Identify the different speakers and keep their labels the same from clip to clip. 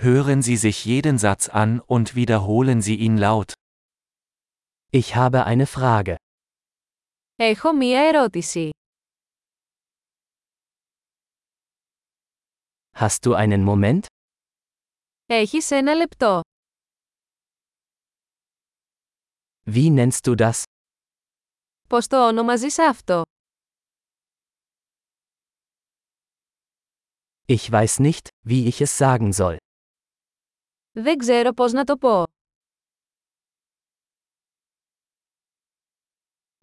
Speaker 1: Hören Sie sich jeden Satz an und wiederholen Sie ihn laut.
Speaker 2: Ich habe eine Frage.
Speaker 3: Έχω μία ερώτηση.
Speaker 2: Hast du einen Moment?
Speaker 3: Έχεις ένα λεπτό.
Speaker 2: Wie nennst du das?
Speaker 3: Πώς το ονομαζείς αυτό?
Speaker 2: Ich weiß nicht, wie ich es sagen soll.
Speaker 3: Δεν ξέρω πώς να το πω.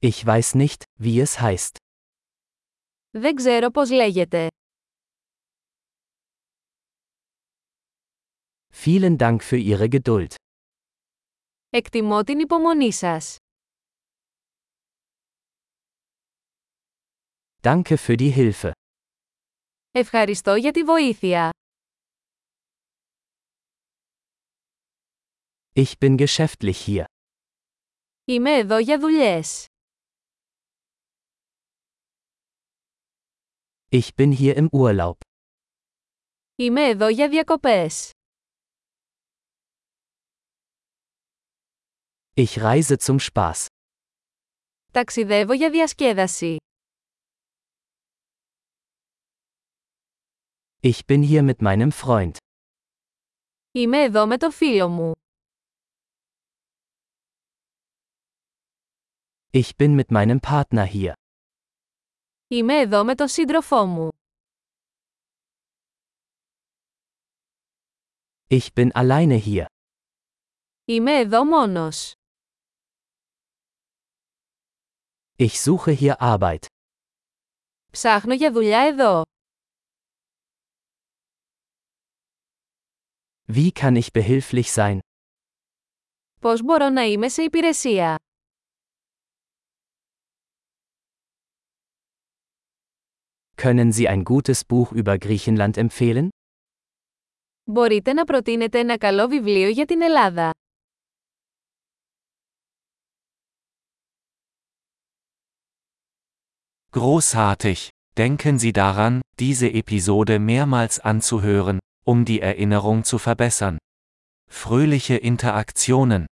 Speaker 2: Ich weiß nicht, wie es heißt.
Speaker 3: Δεν ξέρω πώς λέγεται.
Speaker 2: Vielen Dank für Ihre Geduld.
Speaker 3: Εκτιμώ την υπομονή σας.
Speaker 2: Danke für die Hilfe.
Speaker 3: Ευχαριστώ για τη βοήθεια.
Speaker 2: Ich bin geschäftlich hier.
Speaker 3: Είμαι εδώ για δουλειές.
Speaker 2: Ich bin hier im Urlaub.
Speaker 3: Είμαι εδώ για διακοπές.
Speaker 2: Ich reise zum Spaß.
Speaker 3: Ταξιδεύω για διασκέδαση.
Speaker 2: Ich bin hier mit meinem Freund.
Speaker 3: Είμαι εδώ με το φίλο μου.
Speaker 2: Ich bin mit meinem Partner hier.
Speaker 3: Είμαι εδώ με τον σύντροφό μου.
Speaker 2: Ich bin alleine hier.
Speaker 3: Είμαι εδώ μόνος.
Speaker 2: Ich suche hier Arbeit.
Speaker 3: Ψάχνω για δουλειά εδώ.
Speaker 2: Wie kann ich behilflich sein?
Speaker 3: Πώς μπορώ να είμαι σε υπηρεσία.
Speaker 2: Können Sie ein gutes Buch über Griechenland empfehlen?
Speaker 3: Μπορείτε να προτείνετε ένα καλό βιβλίο για την Ελλάδα.
Speaker 1: Großartig! Denken Sie daran, diese Episode mehrmals anzuhören, um die Erinnerung zu verbessern. Fröhliche Interaktionen!